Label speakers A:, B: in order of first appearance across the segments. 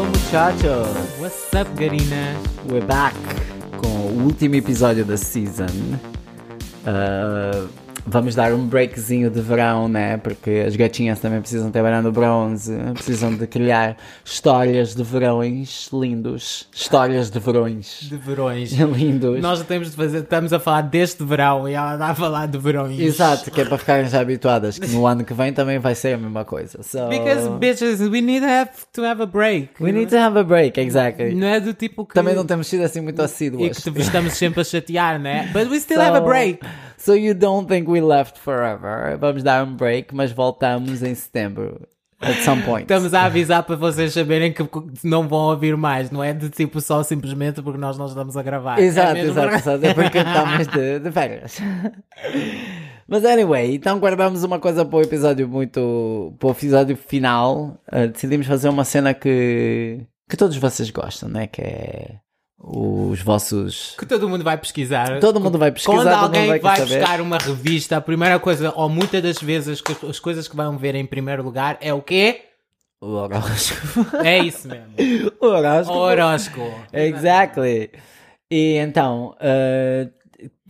A: muchachos?
B: What's up, Garina?
A: We're back com o último episódio da season. Ah, vamos dar um breakzinho de verão, né? Porque as gatinhas também precisam trabalhar no bronze, precisam de criar histórias de verões lindos. Histórias de verões
B: De verões.
A: lindos.
B: Nós já temos de fazer, estamos a falar deste verão e ela está a falar de verões.
A: Exato, que é para ficarem já habituadas, que no ano que vem também vai ser a mesma coisa. So,
B: Because, bitches, we need have to have a break.
A: we need to have a break, exactly.
B: Não é do tipo que...
A: Também não temos sido assim muito
B: E
A: assíduas.
B: que te estamos sempre a chatear, né? But we still
A: So-
B: have a break.
A: So you don't think we left forever. Vamos dar um break, mas voltamos em setembro. At some point.
B: Estamos a avisar para vocês saberem que não vão ouvir mais, não é de tipo só simplesmente porque nós não estamos a gravar. é
A: Ah, Exato,
B: mesmo-
A: exato, exato. É porque estamos de, de férias. Mas anyway, então guardamos uma coisa para o episódio muito. para o episódio final. Uh, decidimos fazer uma cena que. que todos vocês gostam, né? Que é. os vossos.
B: Que todo mundo vai pesquisar.
A: Todo mundo vai pesquisar,
B: Quando
A: todo mundo
B: alguém
A: vai
B: vai,
A: querer saber.
B: buscar uma revista, a primeira coisa, ou muitas das vezes, que as- as coisas que vão ver em primeiro lugar é o quê?
A: O horóscopo.
B: É isso mesmo.
A: O horóscopo.
B: Horóscopo.
A: É, Exactly. E então, uh,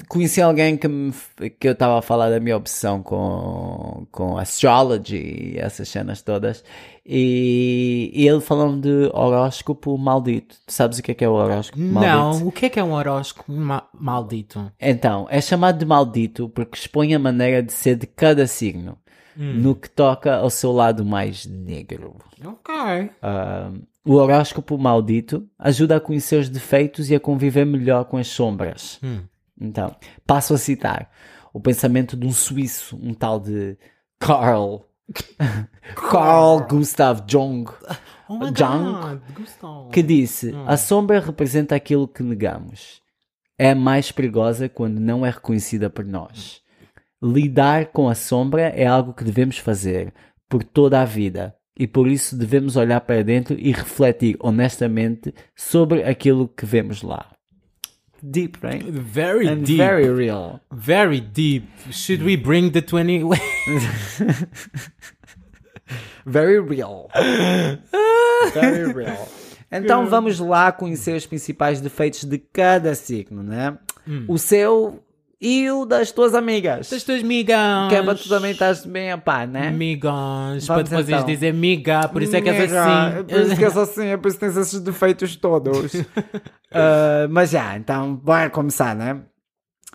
A: conheci alguém que, me f- que eu estava a falar da minha obsessão com, com astrology e essas cenas todas. E, e ele falou-me de horóscopo maldito. Tu sabes o que é que é o horóscopo maldito?
B: Não, o que é que é um horóscopo ma- maldito?
A: Então, é chamado de maldito porque expõe a maneira de ser de cada signo. No que toca ao seu lado mais negro.
B: Ok.
A: Ahm, o horóscopo maldito ajuda a conhecer os defeitos e a conviver melhor com as sombras.
B: Hum.
A: Então, passo a citar o pensamento de um suíço, um tal de Carl. Carl Gustav Jung,
B: Oh my
A: Junk.
B: God, Gustavo.
A: que disse:
B: hum."
A: A sombra representa aquilo que negamos. É a mais perigosa quando não é reconhecida por nós. Lidar com a sombra é algo que devemos fazer por toda a vida e por isso devemos olhar para dentro e refletir honestamente sobre aquilo que vemos lá. Deep, right?
B: Very
A: And
B: deep.
A: very real.
B: Very deep. Should we bring the 20...
A: Very real. Very real. Então vamos lá conhecer os principais defeitos de cada signo, né? O seu e o das tuas amigas.
B: Hum. das tuas migas.
A: Que é para tu também estás bem a pá, né?
B: Migas. Para
A: Vamos
B: depois
A: então.
B: eles dizem miga, por isso é que és
A: Miga, é
B: assim.
A: Por isso que és assim, é por isso que tens esses defeitos todos. Ah, mas já, então, bora começar, né?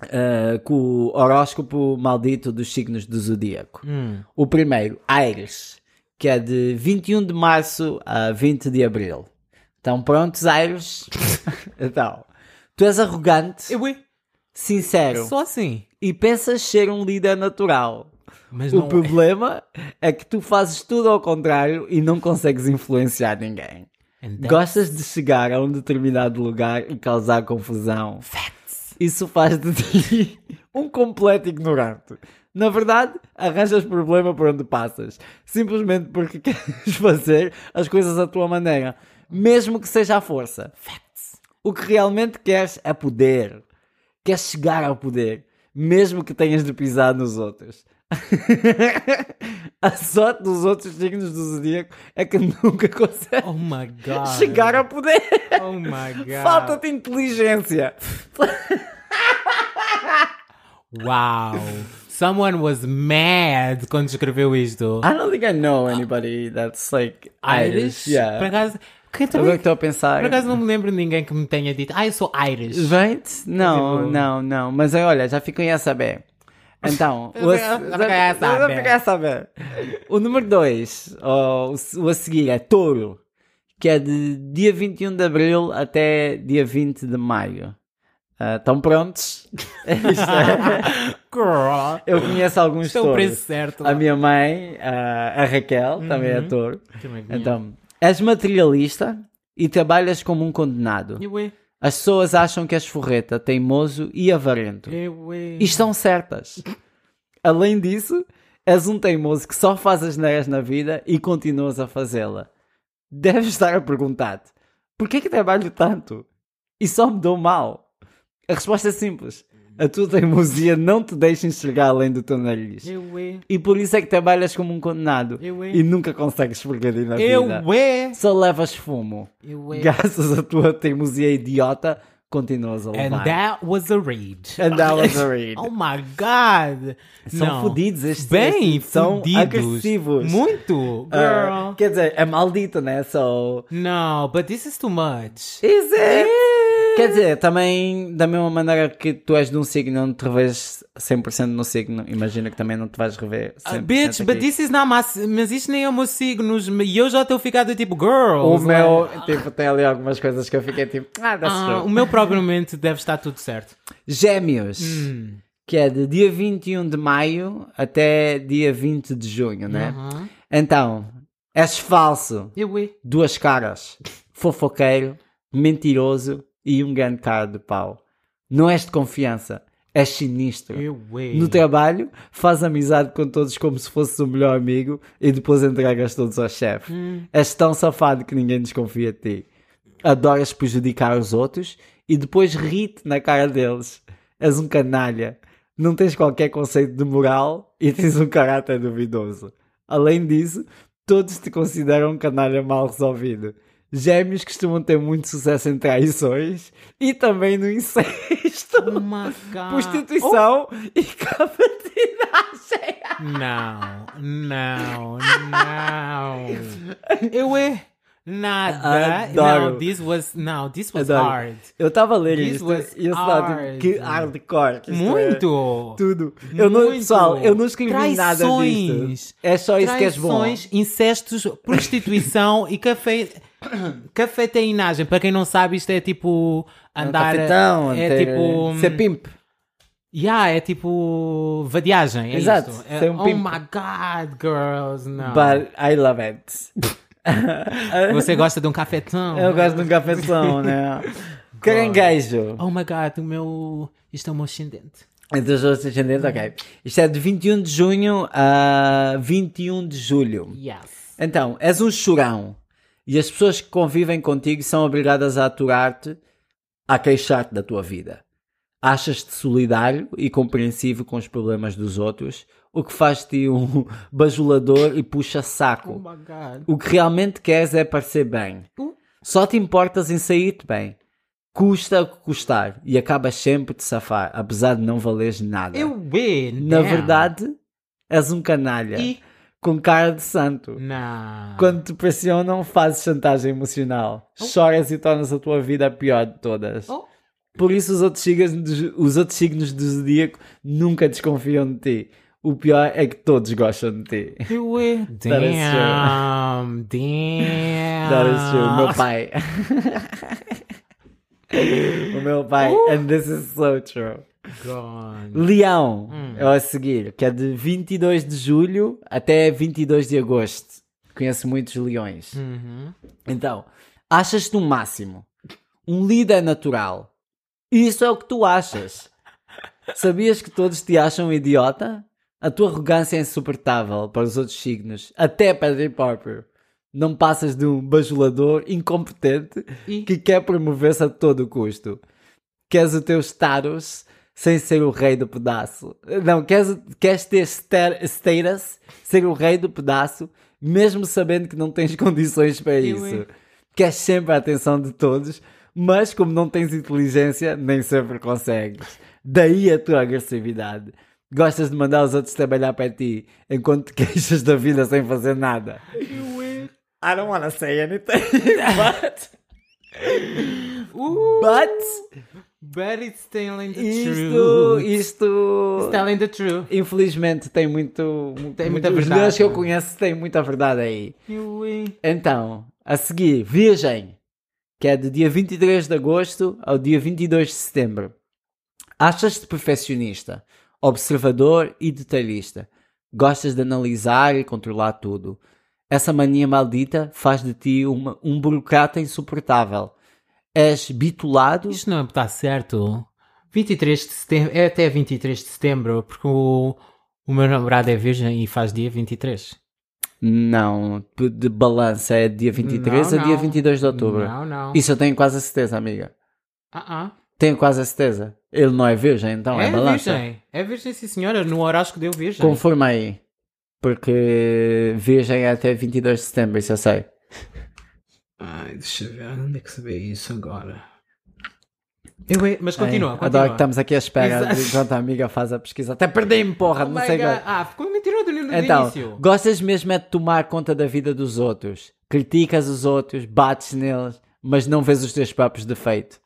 A: Ah, com o horóscopo maldito dos signos do zodíaco.
B: Hum.
A: O primeiro, Aires, que é de 21 de março a 20 de abril. Estão prontos, Aires? então, tu és arrogante,
B: Eu, ui,
A: sincero
B: Só assim.
A: e pensas ser um líder natural.
B: Mas
A: O
B: não... é.
A: problema é que tu fazes tudo ao contrário e não consegues influenciar ninguém.
B: And that-
A: Gostas de chegar a um determinado lugar e causar confusão. Isso faz de ti um completo ignorante. Na verdade, arranjas problema por onde passas, simplesmente porque queres fazer as coisas à tua maneira, mesmo que seja à força. O que realmente queres é poder. Queres chegar ao poder, mesmo que tenhas de pisar nos outros. a sorte dos outros signos do zodíaco é que nunca consegues
B: Oh my God.
A: chegar ao poder.
B: Oh my God.
A: Falta-te inteligência.
B: Wow. Someone was mad quando escreveu isto.
A: I don't think I know anybody that's like Irish.
B: Por
A: Yeah.
B: acaso, que
A: Agora que
B: também,
A: estou a pensar.
B: por acaso não me lembro de ninguém que me tenha dito, ah, eu sou Irish.
A: Right? Não,
B: Tipo-
A: não, não. Mas aí, olha, já fiquem a saber. Então, o a,
B: Já fiquei a
A: já fiquei a saber. O número 2, o a seguir, é Touro, que é de dia 21 de abril até dia 20 de maio. Ah, estão prontos? Isto é-
B: Girl.
A: Eu conheço alguns
B: Estou o
A: touros.
B: é um preço certo. Uhum.
A: A minha mãe, a, a Raquel, também é touro.
B: Também conheço.
A: Então, és materialista e trabalhas como um condenado.
B: Eu, é, eu,
A: As pessoas acham que és forreta, teimoso e avarento.
B: eu, é, eu.
A: E estão certas. Além disso, és um teimoso que só faz as neiras na vida e continuas a fazê-la. Deves estar a perguntar-te: porquê que trabalho tanto? E só me dou mal? A resposta é simples: A tua teimosia não te deixa enxergar além do teu nariz.
B: Eu é.
A: E por isso é que trabalhas como um condenado.
B: Eu é.
A: E nunca consegues progredir na
B: Eu
A: vida.
B: é.
A: Só levas fumo.
B: Eu é.
A: Graças à tua teimosia idiota, continuas a
B: And
A: levar.
B: that was a read.
A: And that was a read.
B: Oh my god.
A: São
B: Não.
A: fodidos estes
B: Bem,
A: estes são
B: fudidos.
A: agressivos.
B: Muito,
A: Ah,
B: girl.
A: quer dizer, é maldito, né? So...
B: No, but this is too much.
A: Is it? Quer dizer, também da mesma maneira que tu és de um signo onde te revês 100% no signo, imagina que também não te vais rever 100%
B: Ah, bitch,
A: aqui.
B: but this is not my... Mas isto nem é o meu signo. E eu já estou ficado tipo, girl.
A: O meu, tipo, tem ali algumas coisas que eu fiquei tipo, ah, that's
B: Ah, o
A: true.
B: meu provavelmente deve estar tudo certo.
A: Gêmeos,
B: Hum.
A: que é de dia 21 de maio até dia 20 de junho, né?
B: Uhum.
A: Então, és falso,
B: Eu é.
A: duas caras, fofoqueiro, mentiroso e um grande cara de pau. Não és de confiança, és sinistro.
B: Eu é.
A: No trabalho, faz amizade com todos como se fosses o melhor amigo e depois entregas todos ao chefe. És tão safado que ninguém desconfia de ti. Adoras prejudicar os outros e depois ri-te na cara deles. És um canalha. Não tens qualquer conceito de moral e tens um caráter duvidoso. Além disso, todos te consideram um canalha mal resolvido. Gêmeos costumam ter muito sucesso em traições e também no incesto
B: Oh my god. Oh.
A: prostituição e capacidade.
B: Não, não, não. Eu é nada.
A: Adoro.
B: Não, this was, não, this was
A: Adoro.
B: hard.
A: Eu estava a ler
B: This
A: isto
B: was
A: e eu estava tipo,
B: hard.
A: que hardcore. que isto é.
B: Muito.
A: Tudo. Eu não,
B: Muito.
A: pessoal, eu não escrevi nada
B: Traições.
A: disto. É só isso que és bom.
B: Traições, incestos, prostituição e café... Cafeteinagem, para quem não sabe, isto é tipo
A: um
B: andar. a-
A: Capitão,
B: é
A: ter-
B: tipo.
A: Ser pimp.
B: Yeah, é tipo vadiagem. É
A: Exato,
B: isto. É,
A: ser um
B: oh
A: pimp.
B: my god, girls, não.
A: But I love it.
B: Você gosta de um cafetão?
A: Eu gosto de um cafezão, né? Caranguejo.
B: Oh my god, o meu. Isto é o meu ascendente.
A: Entre os dois ascendentes, Então, ok. Isto é de 21 de junho a 21 de julho.
B: Yes.
A: Então, és um chorão e as pessoas que convivem contigo são obrigadas a aturar-te, a queixar-te da tua vida. Achas-te solidário e compreensivo com os problemas dos outros, o que faz-te um bajulador e puxa-saco.
B: Oh my god.
A: O que realmente queres é parecer bem.
B: Uh.
A: Só te importas em sair-te bem. Custa o que custar e acabas sempre de safar, apesar de não valeres nada.
B: Eu we,
A: Na
B: não.
A: verdade, és um canalha
B: E.
A: com cara de santo.
B: Não.
A: Quando te pressionam, fazes chantagem emocional. Choras e tornas a tua vida a pior de todas.
B: Oh.
A: Por isso, os outros, signos, os outros signos do zodíaco nunca desconfiam de ti. O pior é que todos gostam de ti.
B: Eu we.
A: That is true.
B: Damn. Damn.
A: That is true. Meu pai. o meu pai. And this is so true.
B: Gone.
A: Leão é o a seguir, que é de 22 de julho até 22 de agosto. Conheço muitos leões.
B: Uhum.
A: Então, achas-te um máximo, um líder natural. Isso é o que tu achas. Sabias que todos te acham um idiota? A tua arrogância é insuportável para os outros signos, até para ti próprio. Não passas de um bajulador incompetente
B: E?
A: que quer promover-se a todo custo. Queres o teu status sem ser o rei do pedaço. Não, queres, queres ter sta- status, ser o rei do pedaço, mesmo sabendo que não tens condições para
B: Eu,
A: isso.
B: hein?
A: Queres sempre a atenção de todos, mas como não tens inteligência, nem sempre consegues. Daí a tua agressividade. Gostas de mandar os outros trabalhar para ti, enquanto te queixas da vida sem fazer nada.
B: Eu we.
A: I don't want to say anything, but...
B: Ooh,
A: But
B: Uh, but it's telling the
A: isto, é
B: truth.
A: isto
B: It's telling the truth.
A: infelizmente tem muito,
B: Tem
A: muito-
B: muita
A: os
B: verdade.
A: melhores que eu conheço têm muita verdade aí.
B: Eu we.
A: Então, a seguir, Virgem, que é do dia 23 de agosto ao dia 22 de setembro. Achas-te perfeccionista, observador e detalhista. Gostas de analisar e controlar tudo. Essa mania maldita faz de ti uma- um burocrata insuportável. És bitolado.
B: Isto não está certo. 23 de setembro, é até 23 de setembro, porque o, o meu namorado é virgem e faz dia 23.
A: Não, de balança é dia 23
B: Não,
A: a dia
B: não.
A: 22 de outubro.
B: Não, não.
A: Isso eu tenho quase a certeza, amiga.
B: Ah, ah.
A: Tenho quase a certeza. Ele não é virgem, então é,
B: é
A: balança.
B: virgem. É virgem, sim senhora. No horóscopo deu virgem.
A: Confirma aí. Porque virgem é até 22 de setembro, isso eu sei.
B: Ai, deixa eu ver. Onde é que se vê isso agora? Eu, é- mas continua,
A: Ai,
B: continua.
A: Adoro que tá estamos aqui à espera
B: Exato.
A: de- enquanto a amiga faz a pesquisa. Até perdi-me, porra,
B: Oh
A: não
B: my
A: sei
B: God.
A: qual. é.
B: Ah, ficou mentira do, do
A: Então,
B: início.
A: gostas mesmo é de tomar conta da vida dos outros. Criticas os outros, bates neles, mas não vês os teus próprios defeitos.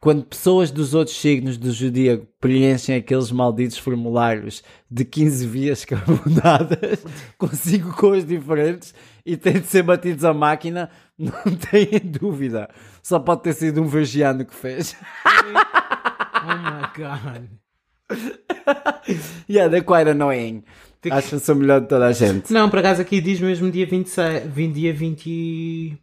A: Quando pessoas dos outros signos do zodíaco preenchem aqueles malditos formulários de 15 vias carbonadas, com cinco cores diferentes e têm de ser batidos à máquina, não têm dúvida. Só pode ter sido um virgiano que fez.
B: Oh my god.
A: Yeah, they're quite annoying. Acho que sou melhor de toda a gente.
B: Não, por acaso aqui diz mesmo dia 26. vim Dia 20,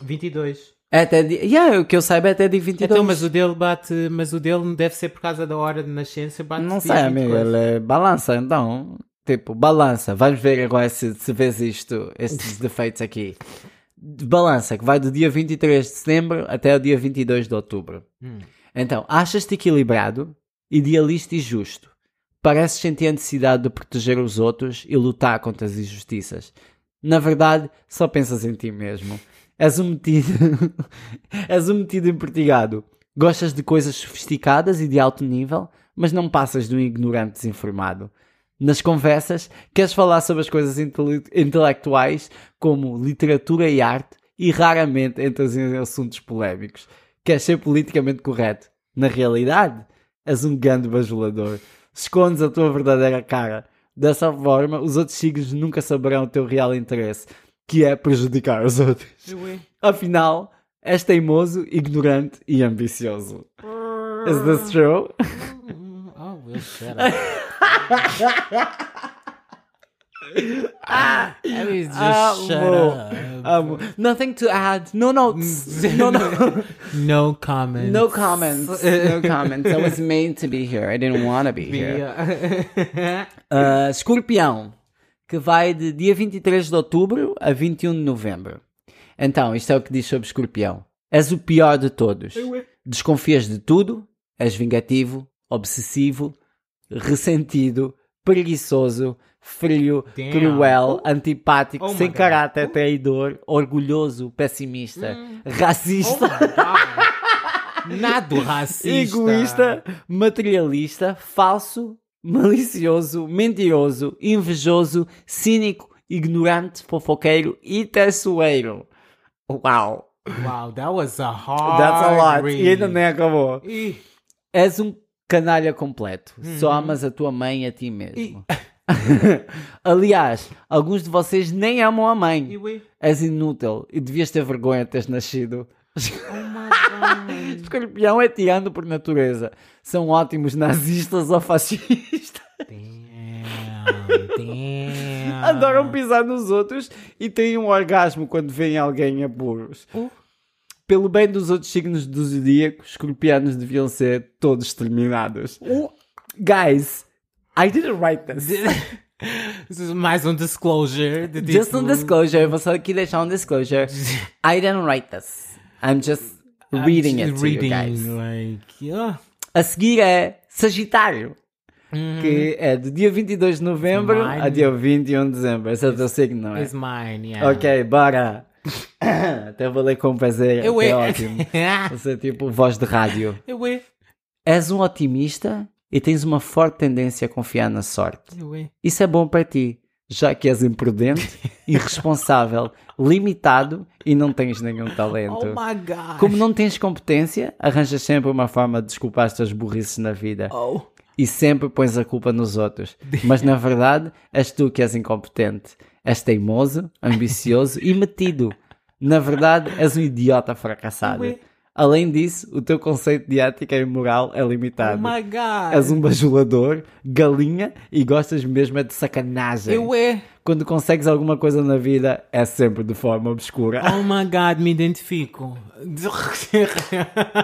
B: 22.
A: É até dia... Yeah, o que eu saiba é até dia 22.
B: Então, mas o dele bate. Mas o dele deve ser por causa da hora de nascença. Bate
A: Não
B: dia
A: sei, amigo.
B: 22.
A: Ele é balança, então. Tipo, balança. Vamos ver agora se, se vês isto, estes defeitos aqui. De Balança, que vai do dia 23 de setembro até o dia 22 de outubro.
B: Hum.
A: Então, achas-te equilibrado, idealista e justo. Pareces sentir a necessidade de proteger os outros e lutar contra as injustiças. Na verdade, só pensas em ti mesmo. És um metido, És um metido empertigado. Gostas de coisas sofisticadas e de alto nível, mas não passas de um ignorante desinformado. Nas conversas, queres falar sobre as coisas intele- intelectuais, como literatura e arte, e raramente entras em assuntos polémicos. Queres ser politicamente correto. Na realidade, és um grande bajulador. Escondes a tua verdadeira cara. Dessa forma, os outros signos nunca saberão o teu real interesse, que é prejudicar os outros.
B: Ué.
A: Afinal, és teimoso, ignorante e ambicioso. Is this true?
B: Oh, well, shut up.
A: Ah,
B: That is just shut up.
A: Amo. Nothing to add. No notes. No, no.
B: No comments.
A: no comments. No comments. I was made to be here. I didn't want to be
B: uh,
A: here.
B: Yeah.
A: Uh, escorpião, que vai de dia 23 de outubro a 21 de novembro. Então, isto é o que diz sobre Escorpião. És o pior de todos. Desconfias de tudo, és vingativo, obsessivo, ressentido, preguiçoso, frio,
B: Damn.
A: cruel, antipático,
B: Oh my
A: sem
B: God.
A: caráter, traidor, orgulhoso, pessimista,
B: Hum.
A: racista,
B: Oh Nada racista.
A: egoísta, materialista, falso, malicioso, mentiroso, invejoso, cínico, ignorante, fofoqueiro e traiçoeiro. Uau!
B: Wow, that was a hard
A: That's a lot.
B: read.
A: E ainda nem acabou.
B: Ih,
A: És um canalha completo. Só amas a tua mãe e a ti mesmo. Aliás, alguns de vocês nem amam a
B: e
A: mãe.
B: ué.
A: És inútil e devias ter vergonha de teres nascido.
B: Oh my god.
A: Escorpião é tirando por natureza. São ótimos nazistas ou fascistas.
B: Damn. Damn.
A: Adoram pisar nos outros e têm um orgasmo quando veem alguém a puros.
B: Uh.
A: Pelo bem dos outros signos do zodíaco, escorpianos deviam ser todos exterminados. Guys, I didn't write this.
B: This is mais um disclosure. de
A: Just
B: tipo-
A: um disclosure, vou só aqui deixar um disclosure. I didn't write this. I'm just reading
B: I'm
A: it
B: just
A: to
B: reading,
A: you guys.
B: Like, oh, yeah.
A: A seguir é Sagitário,
B: mm, Uhum.
A: que é de dia 22 de novembro
B: Mine.
A: a dia 21 de dezembro. Esse é o teu signo, não é?
B: It's mine, yeah.
A: Ok, bora. Até vou ler com prazer,
B: Eu
A: que é
B: é.
A: ótimo. Você é tipo voz de rádio.
B: Eu é.
A: És um otimista e tens uma forte tendência a confiar na sorte.
B: Eu é.
A: Isso é bom para ti, já que és imprudente, irresponsável, limitado e não tens nenhum
B: Oh
A: talento.
B: my god.
A: Como não tens competência, arranjas sempre uma forma de desculpar as tuas burrices na vida
B: Oh.
A: e sempre pões a culpa nos outros. Mas na verdade, és tu que és incompetente. És teimoso, ambicioso e metido. Na verdade, és um idiota fracassado.
B: Ué.
A: Além disso, o teu conceito de ética e moral é
B: Oh
A: limitado.
B: my god.
A: És um bajulador, galinha e gostas mesmo é de sacanagem.
B: Eu é.
A: Quando consegues alguma coisa na vida, é sempre de forma obscura.
B: Oh my god, me identifico.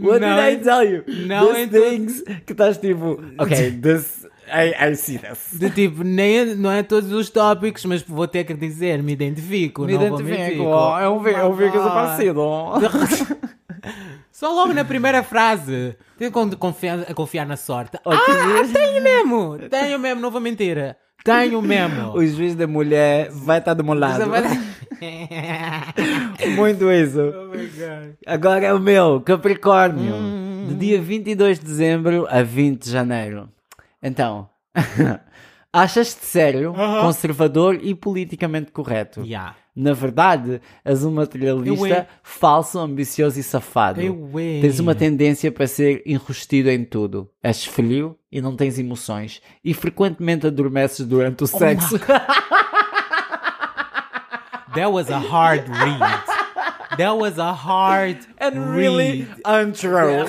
A: What
B: Não,
A: did I tell you?
B: não,
A: These
B: então-
A: things que estás tipo, ok, this, I, I see this.
B: De tipo, nem, não é todos os tópicos, mas vou ter que dizer, me identifico.
A: Me
B: não vou É
A: identifico,
B: mentir.
A: é um
B: Oh my
A: vírus
B: God.
A: parecido.
B: Só logo na primeira frase. Tenho con- confiar, a confiar na sorte.
A: Ou tu vês,
B: Tenho mesmo! Tenho mesmo, não vou mentir. Tenho mesmo.
A: O juiz da mulher vai estar do meu lado.
B: é oh
A: Muito isso.
B: my god.
A: Agora é o meu, Capricórnio.
B: Hum.
A: Do dia 22 de dezembro a 20 de janeiro. Então, achas-te sério,
B: Aham.
A: conservador e politicamente correto.
B: Yeah.
A: Na verdade, és um
B: Eu é.
A: materialista falso, ambicioso e safado.
B: Eu é.
A: Tens uma tendência para ser enrustido em tudo. És frio e não tens emoções. E frequentemente adormeces durante o
B: Oh,
A: sexo.
B: That was a hard read. That was a hard
A: And really
B: read.
A: untrue.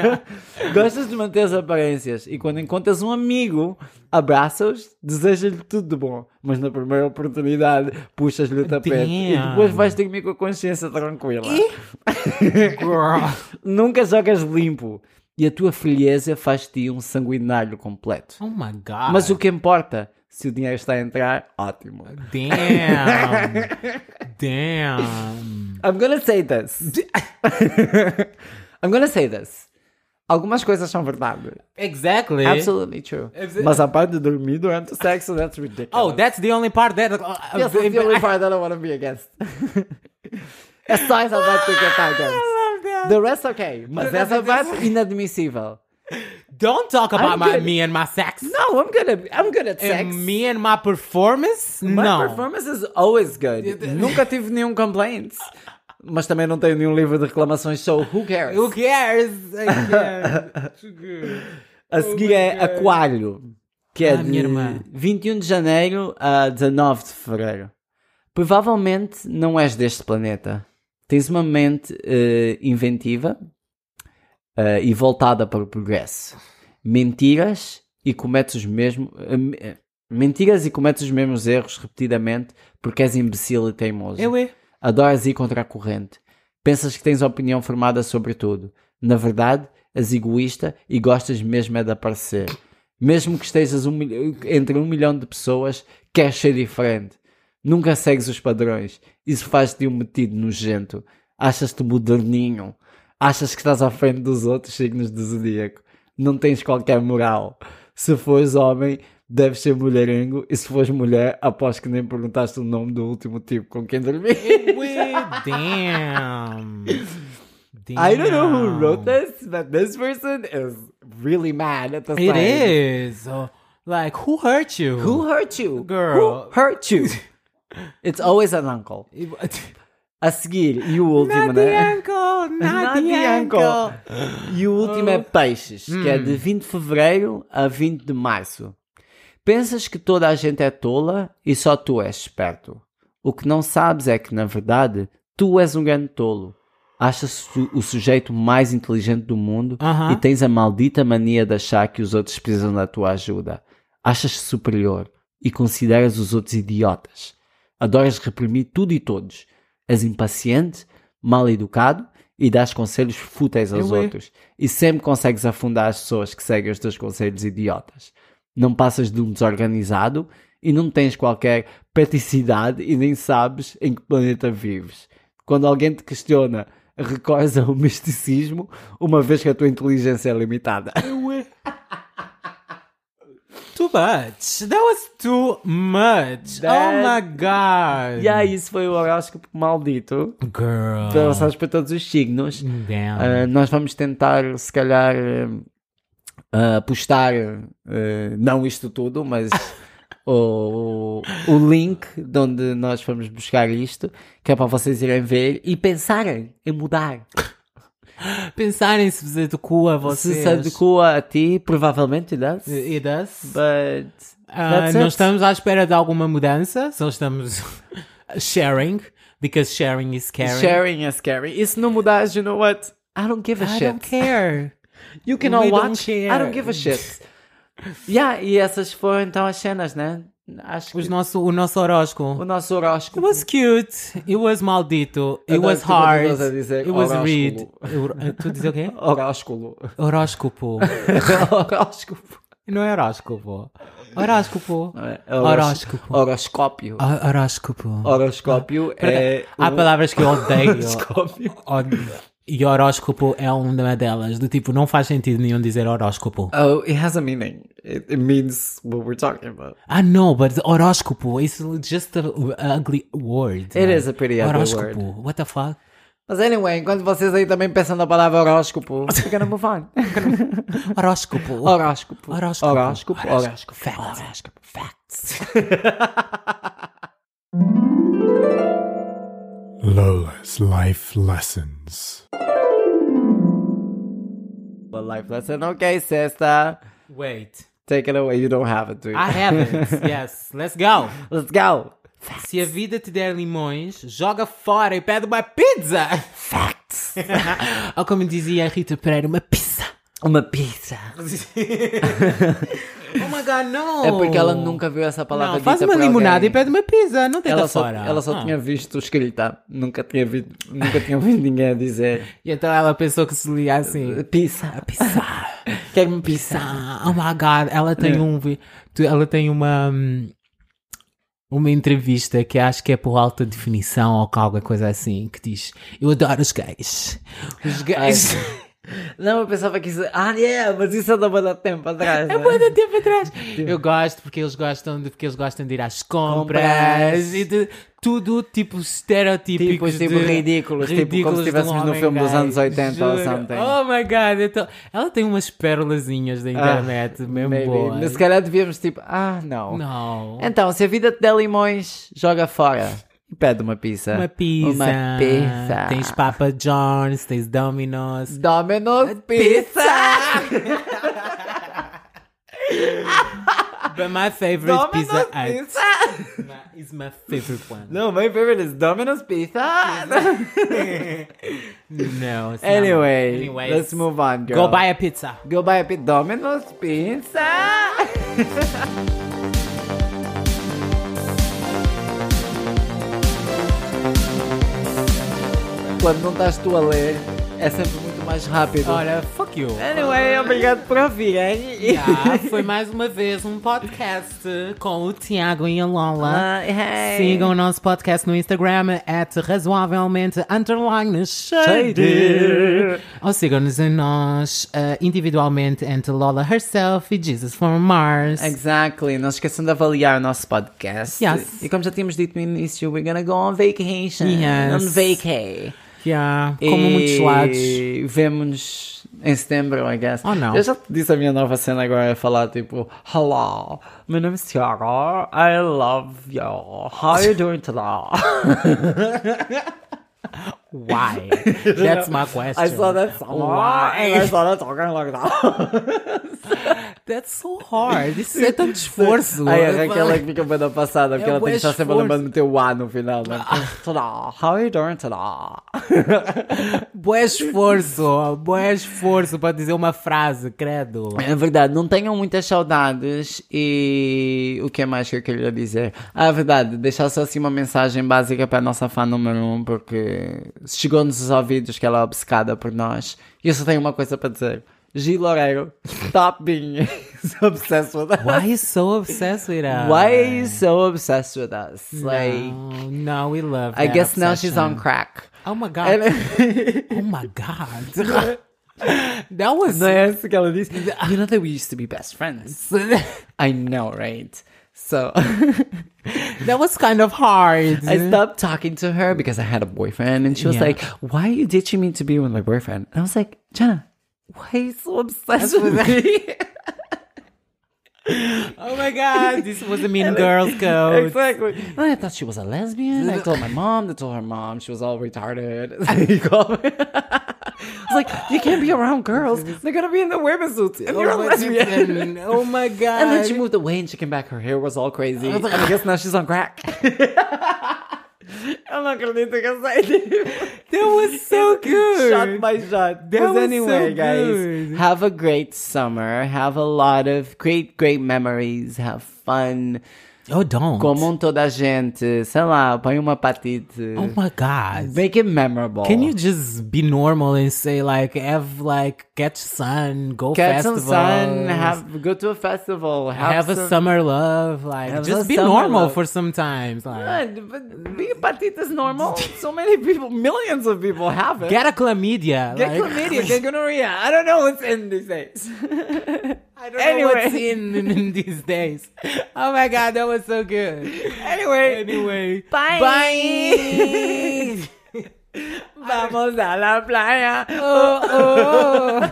A: Gostas de manter as aparências e quando encontras um amigo, abraça-os, deseja-lhe tudo de bom, mas na primeira oportunidade puxas-lhe o tapete e
B: Damn.
A: depois vais dormir com a consciência tranquila.
B: Girl.
A: Nunca jogas limpo e a tua frieza faz-te um sanguinário completo.
B: Oh my god.
A: Mas o que importa, se o dinheiro está a entrar, ótimo.
B: Damn. Damn.
A: I'm gonna say this. I'm gonna say this. Algumas coisas são verdade.
B: Exactly.
A: Absolutely true. Mas a parte de dormir durante o sexo, that's
B: Oh,
A: ridiculous.
B: that's the only part that.
A: yes, that's the only part that I want to be against. é só essa parte que eu estou against. The rest ok, mas essa parte inadmissível.
B: Don't talk
A: I'm
B: about my,
A: good.
B: me and my sex.
A: No, I'm good at, I'm good at sex.
B: And me and my performance?
A: My
B: no.
A: performance is always good. Nunca tive nenhum complaint. Mas também não tenho nenhum livro de reclamações, so who cares?
B: Who cares? I can't. Too good.
A: A seguir é Aquário, que é
B: Ah,
A: de
B: minha irmã.
A: 21 de janeiro a 19 de fevereiro. Provavelmente não és deste planeta. Tens uma mente eh, inventiva eh, e voltada para o progresso. Mentiras e cometes os mesmos. eh, me- eh, Mentiras e cometes os mesmos erros repetidamente porque és imbecil e teimoso.
B: Eu é.
A: Adoras ir contra a corrente. Pensas que tens opinião formada sobre tudo. Na verdade, és egoísta e gostas mesmo é de aparecer. Mesmo que estejas um mil- entre um milhão de pessoas, queres ser diferente. Nunca segues os padrões. Isso faz-te um metido nojento. Achas-te moderninho. Achas que estás à frente dos outros signos do zodíaco. Não tens qualquer moral. Se fores homem, deves ser mulherengo. E se fores mulher, aposto que nem perguntaste o nome do último tipo com quem dormi.
B: Eu é. Damn. Damn.
A: I don't know who wrote this, but this person is really mad at the
B: It
A: sign.
B: is. Oh, like, who hurt you?
A: Who hurt you?
B: Girl.
A: Who hurt you? It's always an uncle. A seguir, e o último,
B: Not the
A: né?
B: ankle. Not, the, ankle.
A: E o último é Peixes, que é de 20 de Fevereiro a 20 de Março. Pensas que toda a gente é tola e só tu és esperto. O que não sabes é que, na verdade, tu és um grande tolo. Achas-te o sujeito mais inteligente do mundo
B: Aham.
A: e tens a maldita mania de achar que os outros precisam da tua ajuda. Achas-te superior e consideras os outros idiotas. Adoras reprimir tudo e todos. És impaciente, mal educado e dás conselhos fúteis aos
B: Eu é.
A: outros. E sempre consegues afundar as pessoas que seguem os teus conselhos idiotas. Não passas de um desorganizado e não tens qualquer praticidade e nem sabes em que planeta vives. Quando alguém te questiona, recorres ao misticismo, uma vez que a tua inteligência é limitada.
B: Too much. That was too much.
A: That-
B: Oh my god.
A: E aí, isso foi o horóscopo maldito.
B: Girl.
A: Passados para todos os signos.
B: Damn.
A: Ah, nós vamos tentar, se calhar, ah, postar ah, não isto tudo, mas o, o link de onde nós fomos buscar isto, que é para vocês irem ver e pensarem em mudar.
B: Pensarem se vos adequa a vocês.
A: Se se adequa a ti, provavelmente, não?
B: E das?
A: But
B: Ah,
A: That's
B: não
A: it.
B: estamos à espera de alguma mudança, só estamos sharing, because sharing is caring.
A: sharing is scary. E se não mudares, you know what? I don't give a
B: I
A: shit.
B: don't care.
A: You can all
B: We don't
A: watch.
B: care.
A: I don't give a shit. yeah, e essas foram então as cenas, né? Acho
B: Os
A: que
B: nosso, o nosso
A: o
B: horóscopo.
A: nosso
B: It
A: horóscopo.
B: was cute. It was maldito. It
A: Adoro
B: was
A: Então, tipo, que tu continuas
B: hard.
A: a dizer
B: It was
A: horóscopo.
B: read. Eu- eh, Tu dizes o quê?
A: Horósculo.
B: Horóscopo.
A: Horóscopo.
B: Não é horóscopo. Horóscopo.
A: é.
B: Horóscopo.
A: Horóscopo. Horoscópio.
B: Ho- Horóscopo.
A: Horoscópio é.
B: Há
A: um-
B: palavras que eu odeio.
A: Horoscópio.
B: Od- E horóscopo é uma delas. Do tipo, não faz sentido nenhum dizer horóscopo.
A: Oh, it has a meaning. It, it means what we're talking about.
B: Ah, não, but horóscopo is just a ugly word.
A: It
B: man.
A: is a pretty ugly
B: horóscopo.
A: word.
B: What the fuck?
A: Mas anyway, enquanto vocês aí também pensam na palavra horóscopo, we're gonna move on.
B: Horóscopo.
A: Horóscopo.
B: Horóscopo.
A: Horóscopo. Horóscopo.
B: Facts.
A: Facts.
C: Lola's Life Lessons.
A: But life lesson. Okay, sister.
B: Wait.
A: Take it away. You don't have it, do you?
B: I haven't. yes. Let's go.
A: Let's go.
B: Se a vida te der limões, joga fora e pede uma pizza.
A: Facts.
B: Ou como dizia a Rita Pereira, uma pizza.
A: Uma pizza.
B: Oh my god, não!
A: É porque ela nunca viu essa palavra
B: Não, faz
A: dita
B: uma
A: por
B: limonada
A: alguém.
B: e pede uma pizza, não tenta
A: ela só,
B: fora.
A: ela só
B: Ah.
A: tinha visto escrita, nunca tinha visto, nunca tinha ouvido ninguém a dizer
B: E então ela pensou que se lia
A: Eh,
B: assim.
A: pizza, pizza, quero-me pizza.
B: Ah, oh my god, ela
A: É.
B: tem um. vi- tu- Ela tem uma. hum, Uma entrevista que acho que é por alta definição ou qualquer coisa assim, que diz: Eu adoro os gays.
A: Ah,
B: Os gays.
A: Não, eu pensava que isso. Ah, é, mas isso é da banda tempo atrás.
B: É
A: né?
B: muito tempo atrás. Eu gosto porque eles gostam de, porque eles gostam de ir às compras,
A: Compras.
B: e de tudo tipo
A: Tipo,
B: estereotípicos.
A: tipo
B: de-
A: ridículos, tipo como se
B: ridículos de um
A: estivéssemos no
B: homem
A: filme dos
B: gay.
A: anos 80 ou
B: Juro.
A: something. Ah,
B: Oh my god, então, ela tem umas pérolazinhas da internet mesmo
A: Maybe.
B: boas.
A: Mas se calhar devíamos tipo, ah, não.
B: Não.
A: Então, se a vida te der limões, joga fora. E Pede uma pizza.
B: Uma pizza.
A: Uma pizza.
B: Tens Papa John's, tens Domino's.
A: Domino's Pizza!
B: But my favorite pizza,
A: Domino's
B: at-
A: Pizza!
B: My- is my favorite one.
A: No, my favorite is Domino's Pizza.
B: No. it's not.
A: anyway,
B: Anyways,
A: let's move on, girl.
B: Go buy a pizza.
A: Go buy a bit Domino's Pizza. Quando não estás tu a ler, é sempre muito mais rápido.
B: Olha, fuck you.
A: Anyway, obrigado por ouvirem.
B: Ah, foi mais uma vez um podcast com o Tiago e a Lola.
A: Ah, hey.
B: Sigam o nosso podcast no Instagram, at razoavelmente underline shady.
A: Shady.
B: Ou sigam-nos a nós ah, individualmente entre Lola herself e Jesus from Mars.
A: Exactly, não esqueçam de avaliar o nosso podcast.
B: Yes.
A: E como já tínhamos dito no início, we're gonna go on vacation.
B: Yes.
A: On vacay.
B: Yeah, como
A: E
B: muitos lados.
A: Vemo-nos em setembro, I guess.
B: Oh, não.
A: Eu já te disse a minha nova cena agora, é falar tipo, Hello, meu nome é Tiago, I love you, how are you doing today?
B: Why? That's my question.
A: I saw that song, I
B: Why?
A: saw that song like that.
B: That's so hard. Isso é tanto esforço.
A: Ai, a Raquel é que fica bem da passada, porque
B: É
A: ela tem
B: bué
A: que estar sempre
B: esforço.
A: lembrando de meter o A no final, né? Today, how are you doing today?
B: Boé esforço, boé esforço para dizer uma frase, credo.
A: É verdade, não tenham muitas saudades e o que é mais que eu queria dizer? Ah, é verdade, deixar só assim uma mensagem básica para a nossa fã número um, porque chegou-nos os ouvidos que ela é obcecada por nós. E eu só tenho uma coisa para dizer. Gil Loureiro, stop being so obsessed with us.
B: Why are you so obsessed with us?
A: Why are you so obsessed with us? Like,
B: No, Oh, no, we love
A: I
B: that
A: guess now she's on
B: obsession.
A: crack.
B: Oh my
A: Ela-
B: god. oh my god. that was.
A: Não é isso que ela disse? You know that we used to be best friends.
B: that
A: I know, right? So...
B: was kind of hard.
A: I stopped talking to her because I had a boyfriend, and she was
B: Yeah.
A: like, "Why are you ditching me to be with my boyfriend?" And I was like, "Jenna, why are you so obsessed with me?"
B: oh my god, this was a mean girls code.
A: exactly. And I thought she was a lesbian. I told my mom. They told her mom she was all retarded. You call me- I was like, "You can't be around girls. They're gonna be in the women's suits, and you're a
B: Oh my
A: lesbian."
B: goodness. Oh my god.
A: And then she moved away, and she came back. Her hair was all crazy. And Um, I guess now she's on crack. I'm not gonna need to say
B: That was so good.
A: Shot by shot.
B: That
A: But
B: was
A: anyway,
B: so
A: guys,
B: good.
A: have a great summer. Have a lot of great, great memories. Have fun.
B: Oh, don't.
A: Comam toda a gente, sei lá, põe uma patite.
B: Oh my God.
A: Make it memorable.
B: Can you just be normal and say like have like catch sun, go
A: Catch some
B: festivals,
A: sun, have, go to a festival, have,
B: have
A: some-
B: a summer love, like
A: Have a
B: just be
A: summer
B: normal
A: love.
B: for some times. Like,
A: Man, but being hepatitis is normal. so many people, millions of people have it.
B: get a chlamydia.
A: Get
B: like,
A: chlamydia, get gonorrhea. I don't know what's in these days.
B: I don't know what's
A: Anyway.
B: in, in these days. Oh my god, that was so good.
A: anyway,
B: Anyway,
A: Bye.
B: Bye.
A: vamos a la Oh. playa.
B: oh,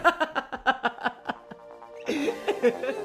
B: oh.